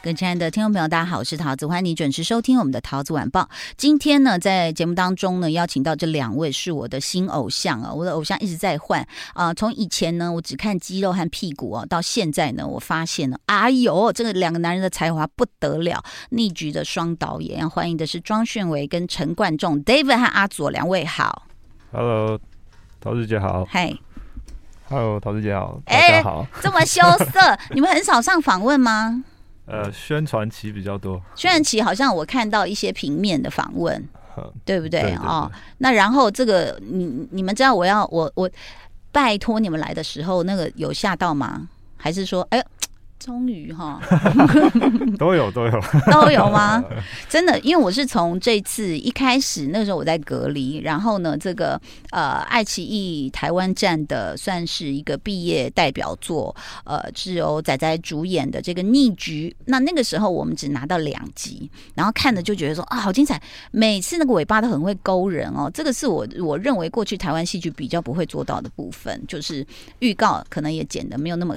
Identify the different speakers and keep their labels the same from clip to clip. Speaker 1: 各位亲爱的听众朋友，大家好，我是桃子，欢迎你准时收听我们的桃子晚报。今天呢，在节目当中呢，邀请到这两位是我的新偶像啊，我的偶像一直在换啊。从以前呢，我只看肌肉和屁股哦、到现在呢，我发现了，哎呦，这个两个男人的才华不得了，逆局的双导演，要欢迎的是庄炫伟跟陈冠仲，David 和阿佐两位好，
Speaker 2: Hello，桃子姐好。
Speaker 1: 嗨，
Speaker 2: Hello，桃子姐好，大
Speaker 1: 哎
Speaker 2: 家好。
Speaker 1: 这么羞涩，你们很少上访问吗？
Speaker 2: 呃，宣传期比较多，
Speaker 1: 虽然其好像我看到一些平面的访问，
Speaker 2: 呵
Speaker 1: 对嗯不对
Speaker 2: 对对
Speaker 1: 哦，那然后这个你你们知道我要我我拜托你们来的时候，那个有吓到吗？还是说哎呦？终于哈
Speaker 2: 都有都有。
Speaker 1: 都有吗？真的，因为我是从这次一开始，那时候我在隔离，然后呢，这个呃，爱奇艺台湾站的算是一个毕业代表作，呃，是由仔仔主演的这个《逆局》。那那个时候我们只拿到两集，然后看了就觉得说啊，好精彩！每次那个尾巴都很会勾人哦，这个是我我认为过去台湾戏剧比较不会做到的部分，就是预告可能也剪的没有那么。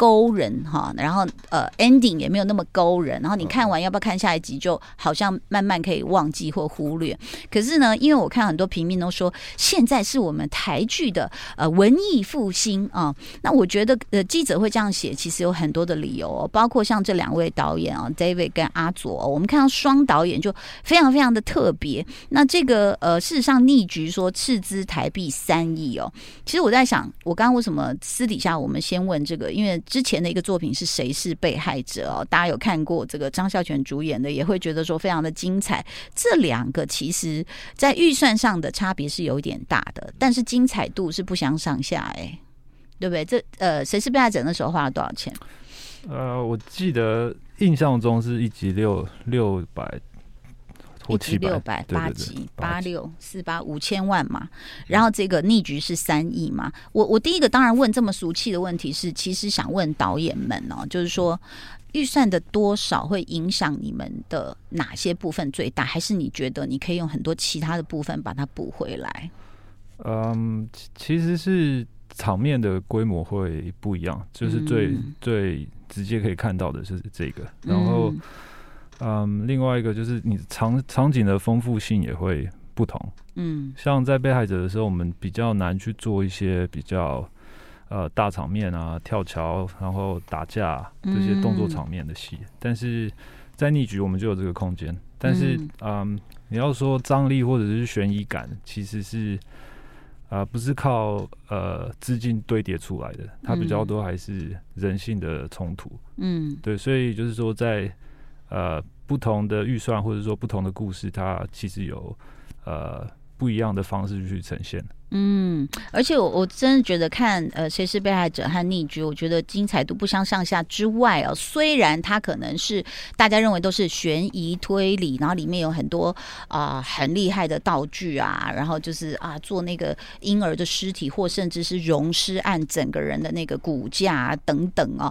Speaker 1: 勾人哈，然后呃，ending 也没有那么勾人，然后你看完要不要看下一集，就好像慢慢可以忘记或忽略。可是呢，因为我看很多平民都说，现在是我们台剧的呃文艺复兴啊、那我觉得呃记者会这样写，其实有很多的理由、哦，包括像这两位导演啊、d a v i d 跟阿佐哦、我们看到双导演就非常非常的特别。那这个呃，事实上逆局说斥资台币三亿哦，其实我在想，我刚刚为什么私底下我们先问这个？因为之前的一个作品是谁是被害者哦，大家有看过这个张孝全主演的，也会觉得说非常的精彩。这两个其实在预算上的差别是有点大的，但是精彩度是不相上下哎、对不对？这呃，谁是被害者那时候花了多少钱？
Speaker 2: 呃，我记得印象中是一集六六百
Speaker 1: 一
Speaker 2: 或
Speaker 1: 集
Speaker 2: 七
Speaker 1: 六百
Speaker 2: 对
Speaker 1: 八
Speaker 2: 对
Speaker 1: 集
Speaker 2: 对，
Speaker 1: 八
Speaker 2: 八集
Speaker 1: 六四八五千万嘛，然后这个逆局是三亿嘛。我我第一个当然问这么俗气的问题是，其实想问导演们哦，就是说预算的多少会影响你们的哪些部分最大，还是你觉得你可以用很多其他的部分把它补回来？
Speaker 2: 嗯，其其实是场面的规模会不一样，就是最、
Speaker 1: 嗯
Speaker 2: 最直接可以看到的就是这个，然后嗯另外一个就是你场场景的丰富性也会不同。
Speaker 1: 嗯
Speaker 2: 像在被害者的时候，我们比较难去做一些比较呃大场面啊、跳桥，然后打架啊这些动作场面的戏。但是在逆局，我们就有这个空间。但是
Speaker 1: 嗯
Speaker 2: 嗯、你要说张力或者是悬疑感，其实是啊、呃不是靠呃资金堆叠出来的，它比较
Speaker 1: 嗯
Speaker 2: 多还是人性的冲突。
Speaker 1: 嗯
Speaker 2: 对，所以就是说在呃不同的预算或者说不同的故事，它其实有呃不一样的方式去呈现。
Speaker 1: 嗯，而且我我真的觉得看呃谁是被害者和逆局，我觉得精彩度不相上下之外哦，虽然它可能是大家认为都是悬疑推理，然后里面有很多啊、很厉害的道具啊，然后就是啊做那个婴儿的尸体或甚至是溶尸案整个人的那个骨架、啊、等等哦。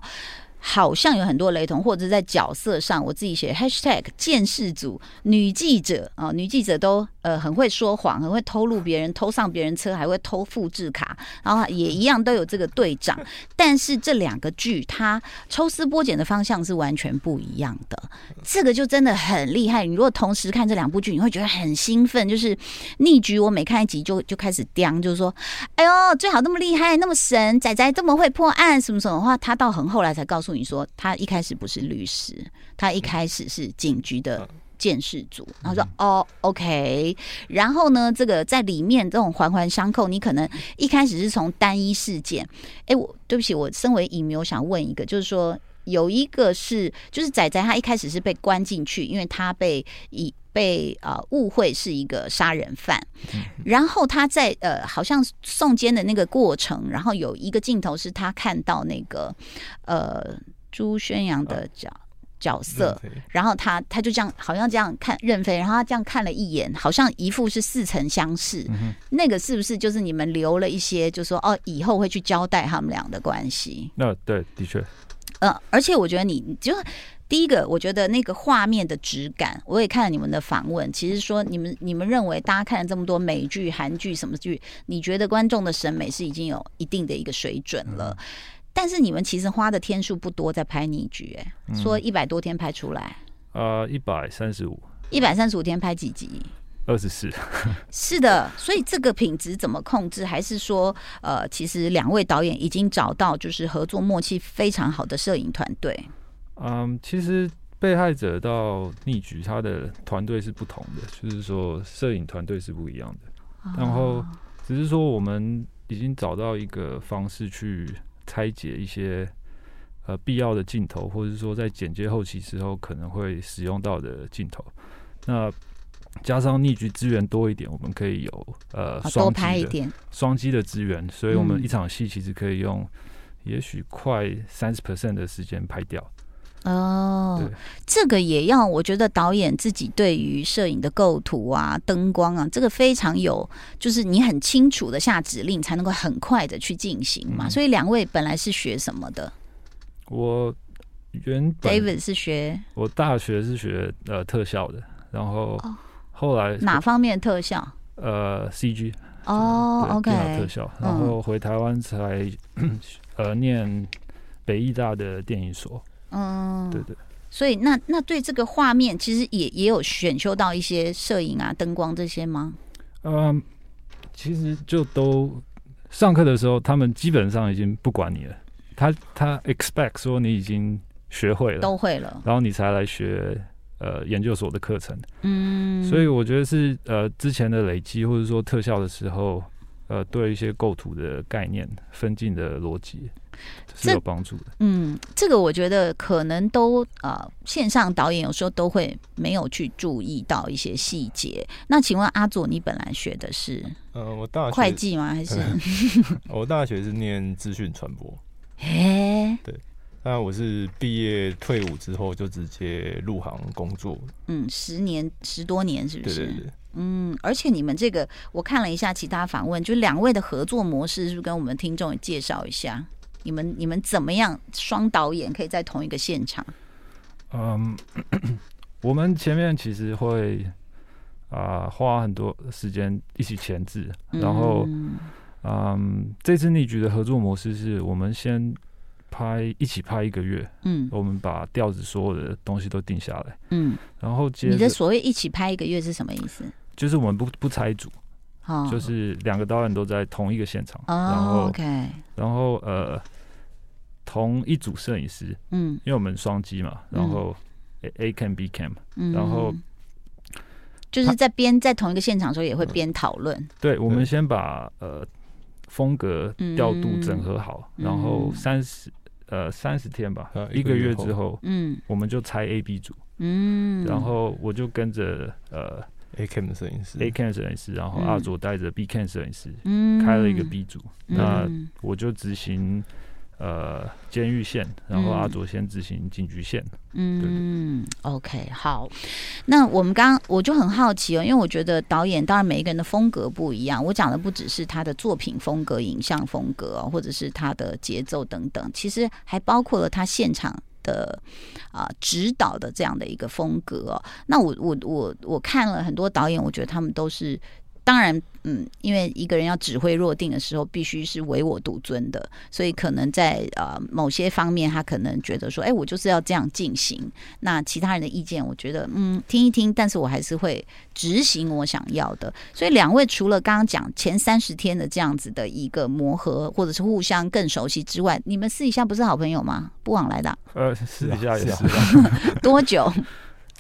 Speaker 1: 好像有很多雷同，或者在角色上，我自己写 hashtag 见识组女记者啊、女记者都呃很会说谎，很会偷录别人，偷上别人车，还会偷复制卡，然后也一样都有这个队长。但是这两个剧，它抽丝剥茧的方向是完全不一样的，这个就真的很厉害。你如果同时看这两部剧，你会觉得很兴奋，就是逆局，我每看一集就就开始刁，就是说哎呦，最好那么厉害，那么神，仔仔这么会破案，什么什么的话，他到很后来才告诉你说，他一开始不是律师，他一开始是警局的。监视组，然后说哦，OK，然后呢，这个在里面这种环环相扣，你可能一开始是从单一事件，哎，我对不起，我身为影迷，我想问一个，就是说有一个是，就是仔仔他一开始是被关进去，因为他被以被呃误会是一个杀人犯，然后他在呃，好像送监的那个过程，然后有一个镜头是他看到那个呃朱宣阳的脚角色，然后他他就这样，好像这样看任飞，然后他这样看了一眼，好像一副是似曾相识。
Speaker 2: 哼
Speaker 1: 那个是不是就是你们留了一些，就说哦，以后会去交代他们俩的关系？
Speaker 2: 那对，的确，
Speaker 1: 嗯，而且我觉得你你就第一个，我觉得那个画面的质感，我也看了你们的访问，其实说你们你们认为大家看了这么多美剧、韩剧什么剧，你觉得观众的审美是已经有一定的一个水准了。但是你们其实花的天数不多，在拍逆局、哎、说一百多天拍出来，
Speaker 2: 呃，一百三十五，
Speaker 1: 一百三十五天拍几集？
Speaker 2: 二十四，
Speaker 1: 是的，所以这个品质怎么控制？还是说，呃，其实两位导演已经找到就是合作默契非常好的摄影团队？
Speaker 2: 嗯，其实被害者到逆局，他的团队是不同的，就是说摄影团队是不一样的。然后只是说我们已经找到一个方式去拆解一些呃必要的镜头，或者是说在剪接后期时候可能会使用到的镜头。那加上逆局资源多一点，我们可以有呃
Speaker 1: 哦多
Speaker 2: 双
Speaker 1: 拍
Speaker 2: 击
Speaker 1: 一
Speaker 2: 的
Speaker 1: 点，
Speaker 2: 双击的资源，所以我们
Speaker 1: 嗯
Speaker 2: 一场戏其实可以用也许快三十 percent 的时间拍掉。
Speaker 1: 哦
Speaker 2: 对，
Speaker 1: 这个也要，我觉得导演自己对于摄影的构图啊、灯光啊，这个非常有，就是你很清楚的下指令，才能够很快的去进行嘛。
Speaker 2: 嗯
Speaker 1: 所以两位本来是学什么的
Speaker 2: 我原本
Speaker 1: ？David 是学
Speaker 2: 我大学是学呃特效的，然后
Speaker 1: 哦
Speaker 2: 后来
Speaker 1: 哪方面的特效？
Speaker 2: 呃 CG
Speaker 1: 哦
Speaker 2: 对电脑特
Speaker 1: ，OK，
Speaker 2: 效，
Speaker 1: 嗯
Speaker 2: 然后回台湾才 呃念北艺大的电影所，
Speaker 1: 嗯，
Speaker 2: 对对
Speaker 1: 所以那那对这个画面，其实也也有选修到一些摄影啊、灯光这些吗？
Speaker 2: 嗯，其实就都上课的时候，他们基本上已经不管你了，他他 expect 说你已经学会
Speaker 3: 啊
Speaker 2: 了，
Speaker 1: 都会了，
Speaker 2: 然后你才来学呃研究所的课程，
Speaker 1: 嗯，
Speaker 2: 所以我觉得是呃之前的累积，或者说特效的时候。呃，对一些构图的概念、分镜的逻辑
Speaker 1: 这
Speaker 2: 是有帮助的。
Speaker 1: 嗯，这个我觉得可能都呃，线上导演有时候都会没有去注意到一些细节。那请问阿佐，你本来学的是
Speaker 3: 呃，我大
Speaker 1: 会
Speaker 3: 学
Speaker 1: 计吗？还是
Speaker 3: 我大学是念资讯传播，
Speaker 1: 哎，
Speaker 3: 那我是毕业退伍之后就直接入行工作，
Speaker 1: 嗯，十年十多年是不
Speaker 3: 对
Speaker 1: 是？
Speaker 3: 对对。
Speaker 1: 嗯，而且你们这个，我看了一下其他访问，就两位的合作模式，是不是跟我们听众也介绍一下？你们你们怎么样双导演可以在同一个现场？
Speaker 2: 嗯， 我们前面其实会啊、花很多时间一起前置，然后
Speaker 1: 嗯
Speaker 2: 嗯，这次逆局的合作模式是我们先拍一起拍一个月，
Speaker 1: 嗯
Speaker 2: 我们把调子所有的东西都定下来，
Speaker 1: 嗯，
Speaker 2: 然后接
Speaker 1: 你的
Speaker 2: 着
Speaker 1: 所谓一起拍一个月是什么意思？
Speaker 2: 就是我们不不拆组，
Speaker 1: 哦，
Speaker 2: 就是两个导演都在同一个现场，然
Speaker 1: 哦
Speaker 2: 后
Speaker 1: ，OK，
Speaker 2: 然后呃同一组摄影师，
Speaker 1: 嗯
Speaker 2: 因为我们双机嘛，然
Speaker 1: 嗯
Speaker 2: 后 A, A cam B cam。
Speaker 1: 嗯，
Speaker 2: 然后
Speaker 1: 就是在边在同一个现场的时候也会边讨论，
Speaker 2: 对，我们
Speaker 3: 对
Speaker 2: 先把呃风格调度整合好，
Speaker 1: 嗯
Speaker 2: 然后
Speaker 1: 嗯
Speaker 2: 三十呃三十天吧，
Speaker 3: 啊
Speaker 2: 一
Speaker 3: 一
Speaker 2: 个
Speaker 3: 个
Speaker 2: 月
Speaker 3: 月
Speaker 2: 之后，
Speaker 1: 嗯
Speaker 2: 我们就拆 A B 组，
Speaker 1: 嗯，
Speaker 2: 然后我就跟着呃
Speaker 3: A Cam 的摄影师
Speaker 2: A can 摄影师，然后
Speaker 1: 嗯
Speaker 2: 阿卓带着 B can 摄影师
Speaker 1: 嗯
Speaker 2: 开了一个 B 组，那
Speaker 1: 嗯
Speaker 2: 我就执行。呃，监狱线，然后
Speaker 1: 嗯
Speaker 2: 阿卓先执行警局线。
Speaker 1: 嗯，OK，好。那我们刚我就很好奇哦，因为我觉得导演当然每一个人的风格不一样。我讲的不只是他的作品风格、影像风格、哦，或者是他的节奏等等，其实还包括了他现场。的啊、指导的这样的一个风格、哦，那我我我我看了很多导演，我觉得他们都是，当然，嗯，因为一个人要指挥若定的时候，必须是唯我独尊的，所以可能在呃某些方面，他可能觉得说，哎，我就是要这样进行。那其他人的意见，我觉得嗯听一听，但是我还是会执行我想要的。所以两位除了刚刚讲前三十天的这样子的一个磨合，或者是互相更熟悉之外，你们私底下不是好朋友吗？不往来的啊、
Speaker 2: 呃，私
Speaker 3: 啊
Speaker 2: 底下也
Speaker 3: 是啊
Speaker 2: 是啊。
Speaker 1: 多久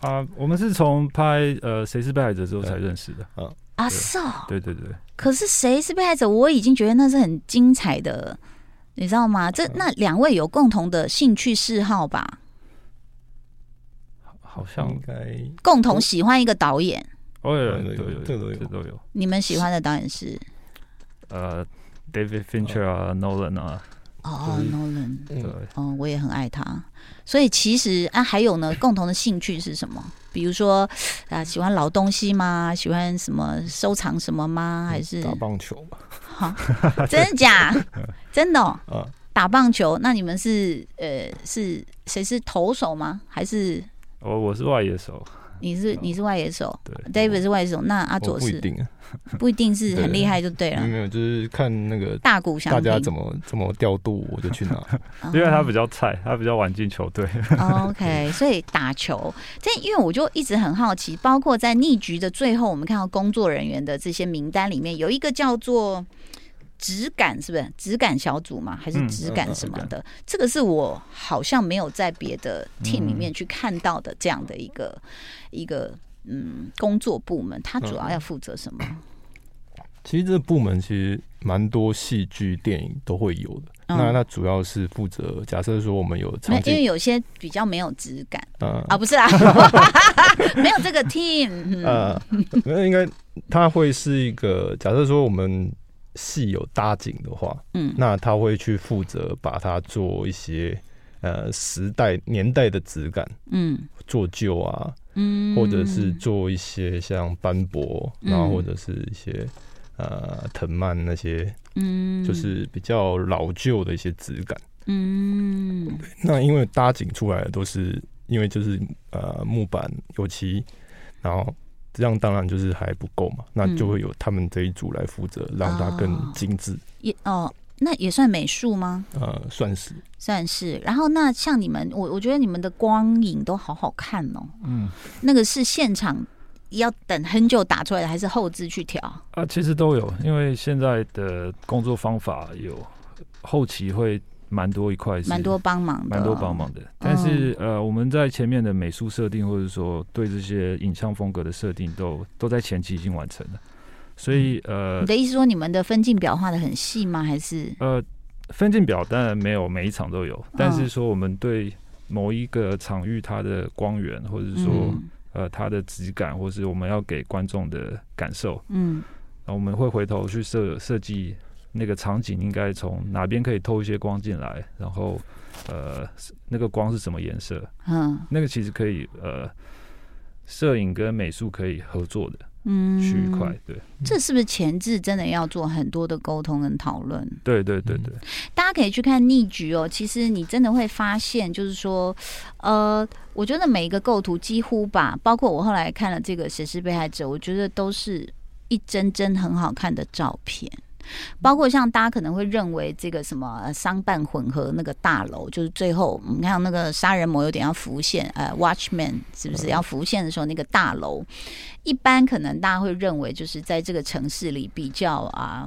Speaker 2: 啊，我们是从拍呃《谁是被害者》之后才认识的。
Speaker 1: 啊？是哦。
Speaker 2: 对对对，
Speaker 1: 可是谁是被害者？我已经觉得那是很精彩的，你知道吗？这那两位有共同的兴趣嗜好吧？
Speaker 2: 好像
Speaker 3: 应该
Speaker 1: 共同喜欢一个导演，
Speaker 2: 哦，有
Speaker 3: 对
Speaker 2: 有有有
Speaker 3: 这个都有
Speaker 2: 这都有。
Speaker 1: 你们喜欢的导演是？
Speaker 2: 呃，David Fincher 啊，Nolan 啊，
Speaker 1: 哦
Speaker 3: 就是
Speaker 1: ，Nolan，
Speaker 3: 嗯
Speaker 2: 对，
Speaker 1: 哦，我也很爱他。所以其实啊，还有呢，共同的兴趣是什么？比如说啊，喜欢老东西吗？喜欢什么收藏什么吗？还是
Speaker 3: 嗯打棒球吧，
Speaker 1: 好，真的 假？真的、哦、
Speaker 3: 啊，
Speaker 1: 打棒球？那你们是呃是谁是投手吗？还是
Speaker 2: 哦我我是外野手，
Speaker 1: 你是你是外野手
Speaker 2: 对，
Speaker 1: ？David 是外野手，那阿
Speaker 3: 嗯我
Speaker 1: 佐
Speaker 3: 不一
Speaker 1: 是
Speaker 3: 定啊，
Speaker 1: 不一定是很厉害就对啊了。
Speaker 3: 没有，就是看那个
Speaker 1: 大鼓相
Speaker 3: 大
Speaker 1: 拼，
Speaker 3: 家怎么怎么调度，我就去哪。
Speaker 1: 哦
Speaker 2: 因为他比较菜，他比较晚进球队。
Speaker 1: OK，所以打球，这因为我就一直很好奇，包括在逆局的最后，我们看到工作人员的这些名单里面，有一个叫做质感，是不是质感小组嘛，还是
Speaker 2: 嗯
Speaker 1: 质
Speaker 3: 嗯
Speaker 1: 感
Speaker 3: 嗯
Speaker 1: 什么
Speaker 3: 质感
Speaker 1: 的？这个是我好像没有在别的 team 里面去看到的这样的一个、一个嗯工作部门，它主要要负责什么？
Speaker 3: 其实这个部门其实蛮多戏剧、电影都会有的。
Speaker 1: 嗯
Speaker 3: 那那主要是负责，假设说我们有
Speaker 1: 没
Speaker 3: 场
Speaker 1: 有，因为
Speaker 3: 景，
Speaker 1: 有些比较没有质感
Speaker 3: 呃
Speaker 1: 啊，不 是啊，没有这个 team，嗯、
Speaker 3: 呃，没有应该它会是一个，假设说我们戏有搭景的话，
Speaker 1: 嗯，
Speaker 3: 那他会去负责把它做一些呃时代年代的质感，
Speaker 1: 嗯
Speaker 3: 做旧啊，
Speaker 1: 嗯，
Speaker 3: 或者是做一些像斑驳，
Speaker 1: 嗯
Speaker 3: 然后或者是一些呃藤蔓那些，
Speaker 1: 嗯，
Speaker 3: 就是比较老旧的一些质感。
Speaker 1: 嗯
Speaker 3: 那因为搭景出来的都是因为就是呃木板油漆，然后这样当然就是还不够嘛，
Speaker 1: 嗯
Speaker 3: 那就会有他们这一组来负责，让它更精致。
Speaker 1: 也哦，那也算美术吗？
Speaker 3: 呃，算是
Speaker 1: 算是。然后那像你们，我我觉得你们的光影都好好看哦。
Speaker 2: 嗯，
Speaker 1: 那个是现场要等很久打出来的，还是后置去调？
Speaker 2: 啊，其实都有，因为现在的工作方法有后期会蛮多一块，
Speaker 1: 蛮多帮忙的，哦嗯
Speaker 2: 蛮多帮。忙的。但是、呃，我们在前面的美术设定，或者说对这些影像风格的设定都，都在前期已经完成了。所以呃
Speaker 1: 你的意思说你们的分镜表画的很细吗？还是
Speaker 2: 呃，分镜表当然没有每一场都有，但
Speaker 1: 嗯
Speaker 2: 是说我们对某一个场域它的光源，或者是说、
Speaker 1: 嗯
Speaker 2: 呃它的质感，或是我们要给观众的感受，
Speaker 1: 嗯
Speaker 2: 然后我们会回头去设设计那个场景应该从哪边可以透一些光进来，然后呃是那个光是什么颜色，
Speaker 1: 嗯
Speaker 2: 那个其实可以呃摄影跟美术可以合作的
Speaker 1: 嗯
Speaker 2: 区块，对
Speaker 1: 这是不是前置真的要做很多的沟通跟讨论？
Speaker 2: 对对对对，
Speaker 1: 大家可以去看逆局哦。其实你真的会发现，就是说，呃，我觉得每一个构图几乎吧，包括我后来看了这个《谁是被害者》，我觉得都是一帧帧很好看的照片。包括像大家可能会认为这个什么呃商办混合那个大楼，就是最后你看那个杀人魔有点要浮现，呃，Watchman 是不是要浮现的时候，那个大楼，一般可能大家会认为就是在这个城市里比较啊、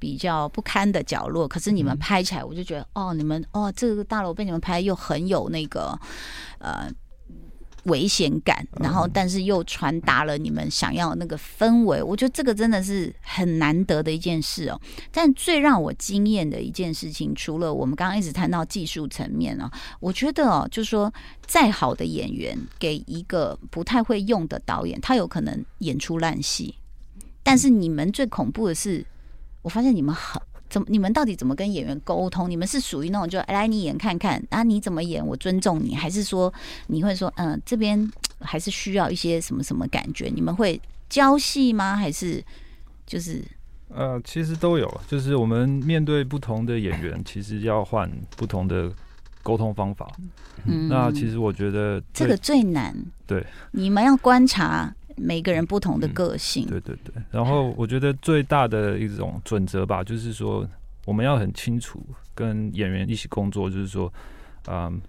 Speaker 1: 比较不堪的角落，可是你们拍起来，我就觉得、哦，你们哦，这个大楼被你们拍又很有那个呃危险感，然后但是又传达了你们想要的那个氛围，我觉得这个真的是很难得的一件事哦。但最让我惊艳的一件事情，除了我们刚刚一直谈到技术层面哦，我觉得哦，就是说再好的演员给一个不太会用的导演，他有可能演出烂戏，但是你们最恐怖的是。我发现你们很怎么，你们到底怎么跟演员沟通？你们是属于那种就哎来你演看看啊，你怎么演我尊重你，还是说你会说嗯、这边嘖还是需要一些什么什么感觉？你们会交戏吗？还是就是
Speaker 2: 呃，其实都有，就是我们面对不同的演员，其实要换不同的沟通方法。
Speaker 1: 嗯，
Speaker 2: 那其实我觉得
Speaker 1: 这
Speaker 2: 最
Speaker 1: 个最难，
Speaker 2: 对，嗯
Speaker 1: 你们要观察每个人不同的个性，
Speaker 2: 对对对，然后我觉得最大的一种准则吧，就是说我们要很清楚跟演员一起工作，就是说，嗯，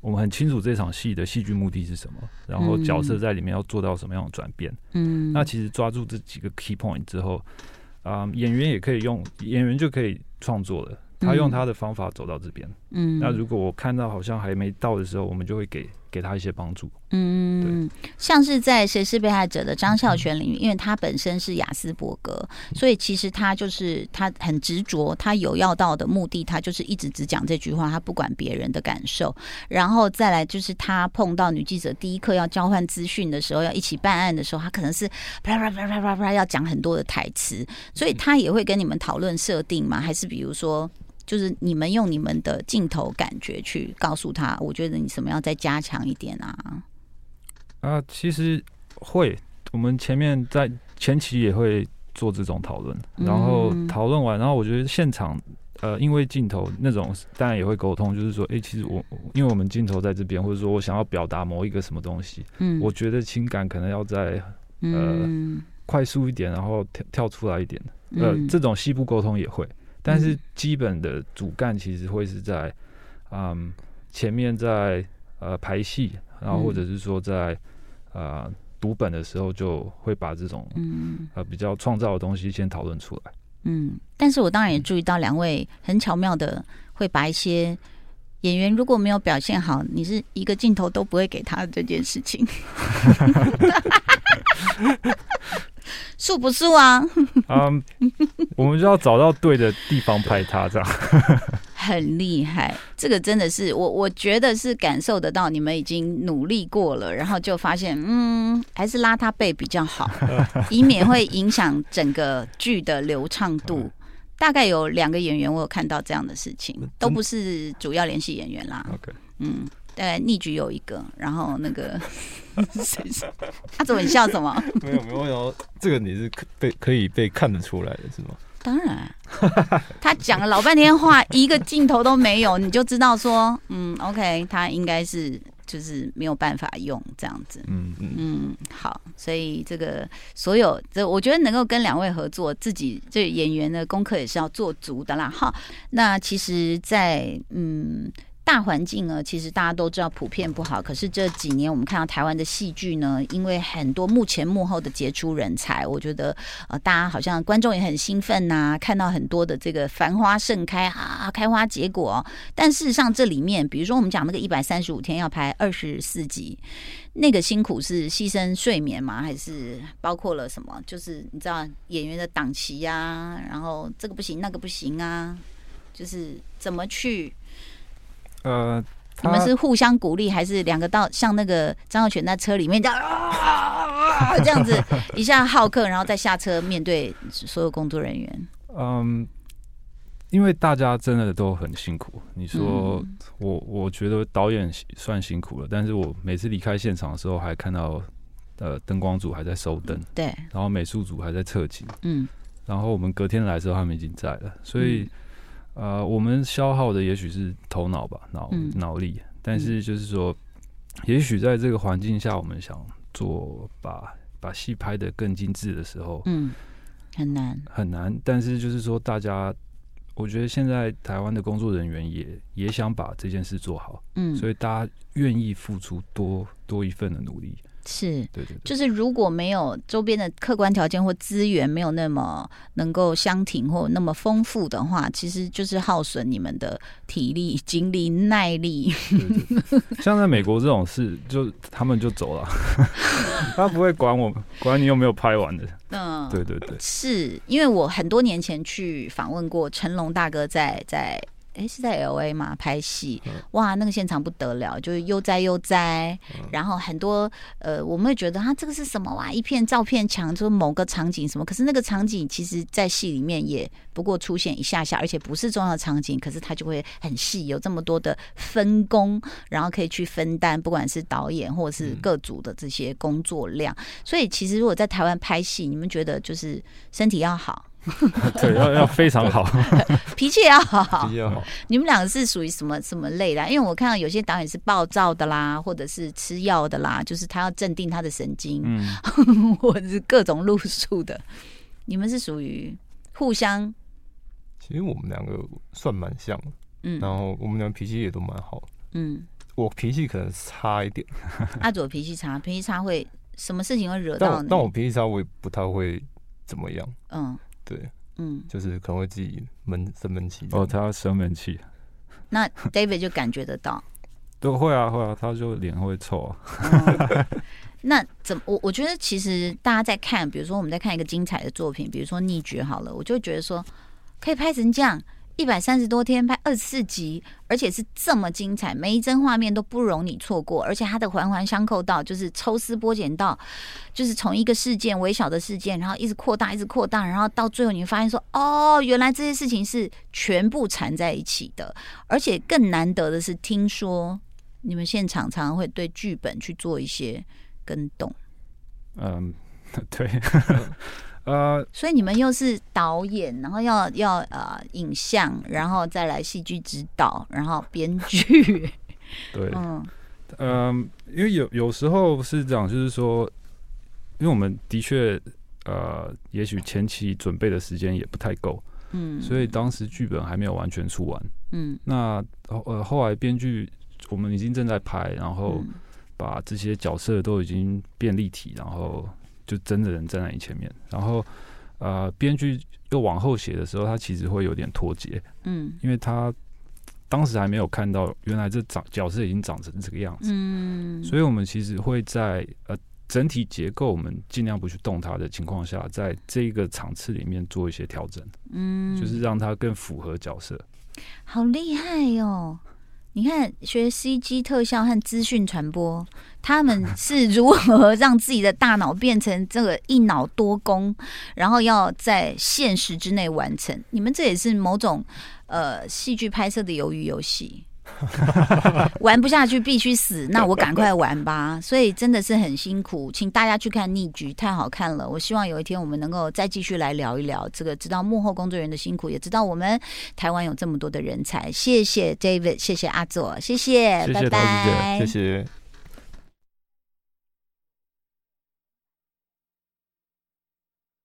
Speaker 2: 我们很清楚这场戏的戏剧目的是什么，然后
Speaker 1: 嗯
Speaker 2: 角色在里面要做到什么样的转变。
Speaker 1: 嗯，
Speaker 2: 那其实抓住这几个 key point 之后，啊、演员也可以用演员就可以创作了，他
Speaker 1: 嗯
Speaker 2: 用他的方法走到这边。
Speaker 1: 嗯，
Speaker 2: 那如果我看到好像还没到的时候，我们就会给给他一些帮助。
Speaker 1: 嗯，像是在《谁是被害者》的张孝全里面，因为他本身是雅斯伯格，所以其实他就是他很执着，他有要到的目的，他就是一直只讲这句话，他不管别人的感受。然后再来就是他碰到女记者第一课要交换资讯的时候，要一起办案的时候，他可能是啪啪啪啪啪啪要讲很多的台词，所以他也会跟你们讨论设定嘛，还是比如说就是你们用你们的镜头感觉去告诉他，我觉得你什么要再加强一点啊？
Speaker 2: 啊、其实会，我们前面在前期也会做这种讨论，
Speaker 1: 嗯
Speaker 2: 然后讨论完，然后我觉得现场。呃，因为镜头那种当然也会沟通，就是说，诶，其实我因为我们镜头在这边，或者说我想要表达某一个什么东西，
Speaker 1: 嗯，
Speaker 2: 我呃觉得情感可能要再
Speaker 1: 嗯
Speaker 2: 快速一点，然后跳跳出来一点。呃，这种西部沟通也会，但是
Speaker 1: 嗯
Speaker 2: 基本的主干其实会是在，嗯，前面在呃排戏，然后
Speaker 1: 嗯
Speaker 2: 或者是说在呃读本的时候就会把这种
Speaker 1: 嗯
Speaker 2: 呃比较创造的东西先讨论出来。
Speaker 1: 嗯，但是我当然也注意到两位很巧妙的会把一些演员如果没有表现好，你是一个镜头都不会给他的这件事 情， 是不是啊？
Speaker 2: 嗯， 我们就要找到对的地方拍它，这样。
Speaker 1: 很厉害，这个真的是我，我觉得是感受得到你们已经努力过了，然后就发现，嗯，还是拉他背比较好，以免会影响整个剧的流畅度。大概有两个演员，我有看到这样的事情，都不是主要联系演员啦。
Speaker 2: OK，
Speaker 1: 嗯，大概逆局有一个，然后那个 谁是他怎么你笑什么？
Speaker 3: 没有没有，然后这个你是可被可以被看得出来的是吗？
Speaker 1: 当然，他讲了老半天话，一个镜头都没有，你就知道说，嗯，OK，他应该是就是没有办法用这样子。
Speaker 2: 嗯，
Speaker 1: 嗯，好，所以这个所有这，我觉得能够跟两位合作，自己这演员的功课也是要做足的啦。哈，那其实在，嗯。大环境呢，其实大家都知道普遍不好。可是这几年我们看到台湾的戏剧呢，因为很多幕前幕后的杰出人才，我觉得呃，大家好像观众也很兴奋呐、看到很多的这个繁花盛开啊，开花结果、哦。但事实上，这里面，比如说我们讲那个一百三十五天要拍二十四集，那个辛苦是牺牲睡眠吗？还是包括了什么？就是你知道演员的档期呀、然后这个不行，那个不行啊，就是怎么去？
Speaker 2: 呃，
Speaker 1: 你
Speaker 2: 他
Speaker 1: 们是互相鼓励，还是两个到像那个张浩全在车里面这样啊这样子 一下好客，然后再下车面对所有工作人员？
Speaker 2: 嗯，因为大家真的都很辛苦。你说、
Speaker 1: 嗯
Speaker 2: 我，我觉得导演辛算辛苦了，但是我每次离开现场的时候，还看到呃灯光组还在收灯，
Speaker 1: 对，
Speaker 2: 然后美术组还在测景，
Speaker 1: 嗯
Speaker 2: 然后我们隔天来的时候他们已经在了，所以、呃，我们消耗的也许是头脑吧，脑
Speaker 1: 嗯
Speaker 2: 脑力，但是就是说，也许在这个环境下，我们想做把把戏拍得更精致的时候，
Speaker 1: 嗯，很难，
Speaker 2: 很难，但是就是说，大家，我觉得现在台湾的工作人员也也想把这件事做好，
Speaker 1: 嗯，
Speaker 2: 所以大家愿意付出多多一份的努力。
Speaker 1: 是。
Speaker 2: 对对对，
Speaker 1: 就是如果没有周边的客观条件或资源没有那么能够相挺或那么丰富的话，其实就是耗损你们的体力、精力、耐力。
Speaker 2: 对对对像在美国这种事，就他们就走了， 他不会管我们，管你有没有拍完的。
Speaker 1: 嗯，
Speaker 2: 对对对，
Speaker 1: 是因为我很多年前去访问过成龙大哥在，在诶是在 L A 嘛拍戏，哇，那个现场不得了，就是悠哉悠哉，然后很多呃，我们会觉得啊，这个是什么哇、一片照片墙，就是某个场景什么，可是那个场景其实在戏里面也不过出现一下下，而且不是重要的场景，可是它就会很细，有这么多的分工，然后可以去分担，不管是导演或是各组的这些工作量。所以其实如果在台湾拍戏，你们觉得就是身体要好，
Speaker 2: 对要要非常好。
Speaker 1: 脾气也要好
Speaker 3: 比。较好，
Speaker 1: 你们两个是属于什么什么类的啊？因为我看到有些导演是暴躁的啦，或者是吃药的啦，就是他要镇定他的神经，
Speaker 2: 嗯，
Speaker 1: 或者是各种路数的。你们是属于互相
Speaker 3: 其实我们两个算蛮像的，
Speaker 1: 嗯
Speaker 3: 然后我们俩脾气也都蛮好的。
Speaker 1: 嗯，
Speaker 3: 我脾气可能差一点，
Speaker 1: 阿左脾气差，脾气差会什么事情会惹
Speaker 3: 但
Speaker 1: 到
Speaker 3: 我
Speaker 1: 你？
Speaker 3: 但我脾气差，我也不太会怎么样。
Speaker 1: 嗯
Speaker 3: 对，
Speaker 1: 嗯，
Speaker 3: 就是可能会自己闷生闷气。
Speaker 2: 哦，他生闷气，
Speaker 1: 那 David 就感觉得到。
Speaker 2: 都会啊会啊，他就脸会臭啊。
Speaker 1: 哦 那怎么？我我觉得其实大家在看，比如说我们在看一个精彩的作品，比如说《逆局》好了，我就会觉得说，可以拍成这样，一百三十多天拍二十四集，而且是这么精彩，每一帧画面都不容你错过。而且它的环环相扣到，就是抽丝剥茧到，就是从一个事件微小的事件，然后一直扩大，一直扩大，然后到最后你会发现说，哦，原来这些事情是全部缠在一起的。而且更难得的是，听说你们现场常常会对剧本去做一些跟动，
Speaker 2: 嗯， 对，呃，
Speaker 1: 所以你们又是导演，然后要要呃影像，然后再来戏剧指导，然后编剧，
Speaker 2: 对，
Speaker 1: 嗯
Speaker 2: 嗯，因为有有时候是这样，就是说，因为我们的确，呃，也许前期准备的时间也不太够，
Speaker 1: 嗯，
Speaker 2: 所以当时剧本还没有完全出完。
Speaker 1: 嗯
Speaker 2: 那呃，后来编剧我们已经正在拍，然后
Speaker 1: 嗯
Speaker 2: 把这些角色都已经变立体，然后就真的人站在你前面，然后呃，编剧又往后写的时候，他其实会有点脱节，
Speaker 1: 嗯
Speaker 2: 因为他当时还没有看到原来这长角色已经长成这个样子。
Speaker 1: 嗯，
Speaker 2: 所以我们其实会在呃整体结构我们尽量不去动它的情况下，在这个场次里面做一些调整，
Speaker 1: 嗯
Speaker 2: 就是让它更符合角色。
Speaker 1: 好厉害哦！你看，学 CG 特效和资讯传播，他们是如何让自己的大脑变成这个一脑多功，然后要在现实之内完成？你们这也是某种呃戏剧拍摄的鱿鱼游戏， 玩不下去必须死，那我赶快玩吧。所以真的是很辛苦，请大家去看《逆局》，太好看了。我希望有一天我们能够再继续来聊一聊这个，知道幕后工作人员的辛苦，也知道我们台湾有这么多的人才。谢谢 David，谢谢阿佐，谢谢，
Speaker 2: 谢
Speaker 1: 拜
Speaker 2: 谢陶子姐
Speaker 1: 拜，
Speaker 3: 谢谢。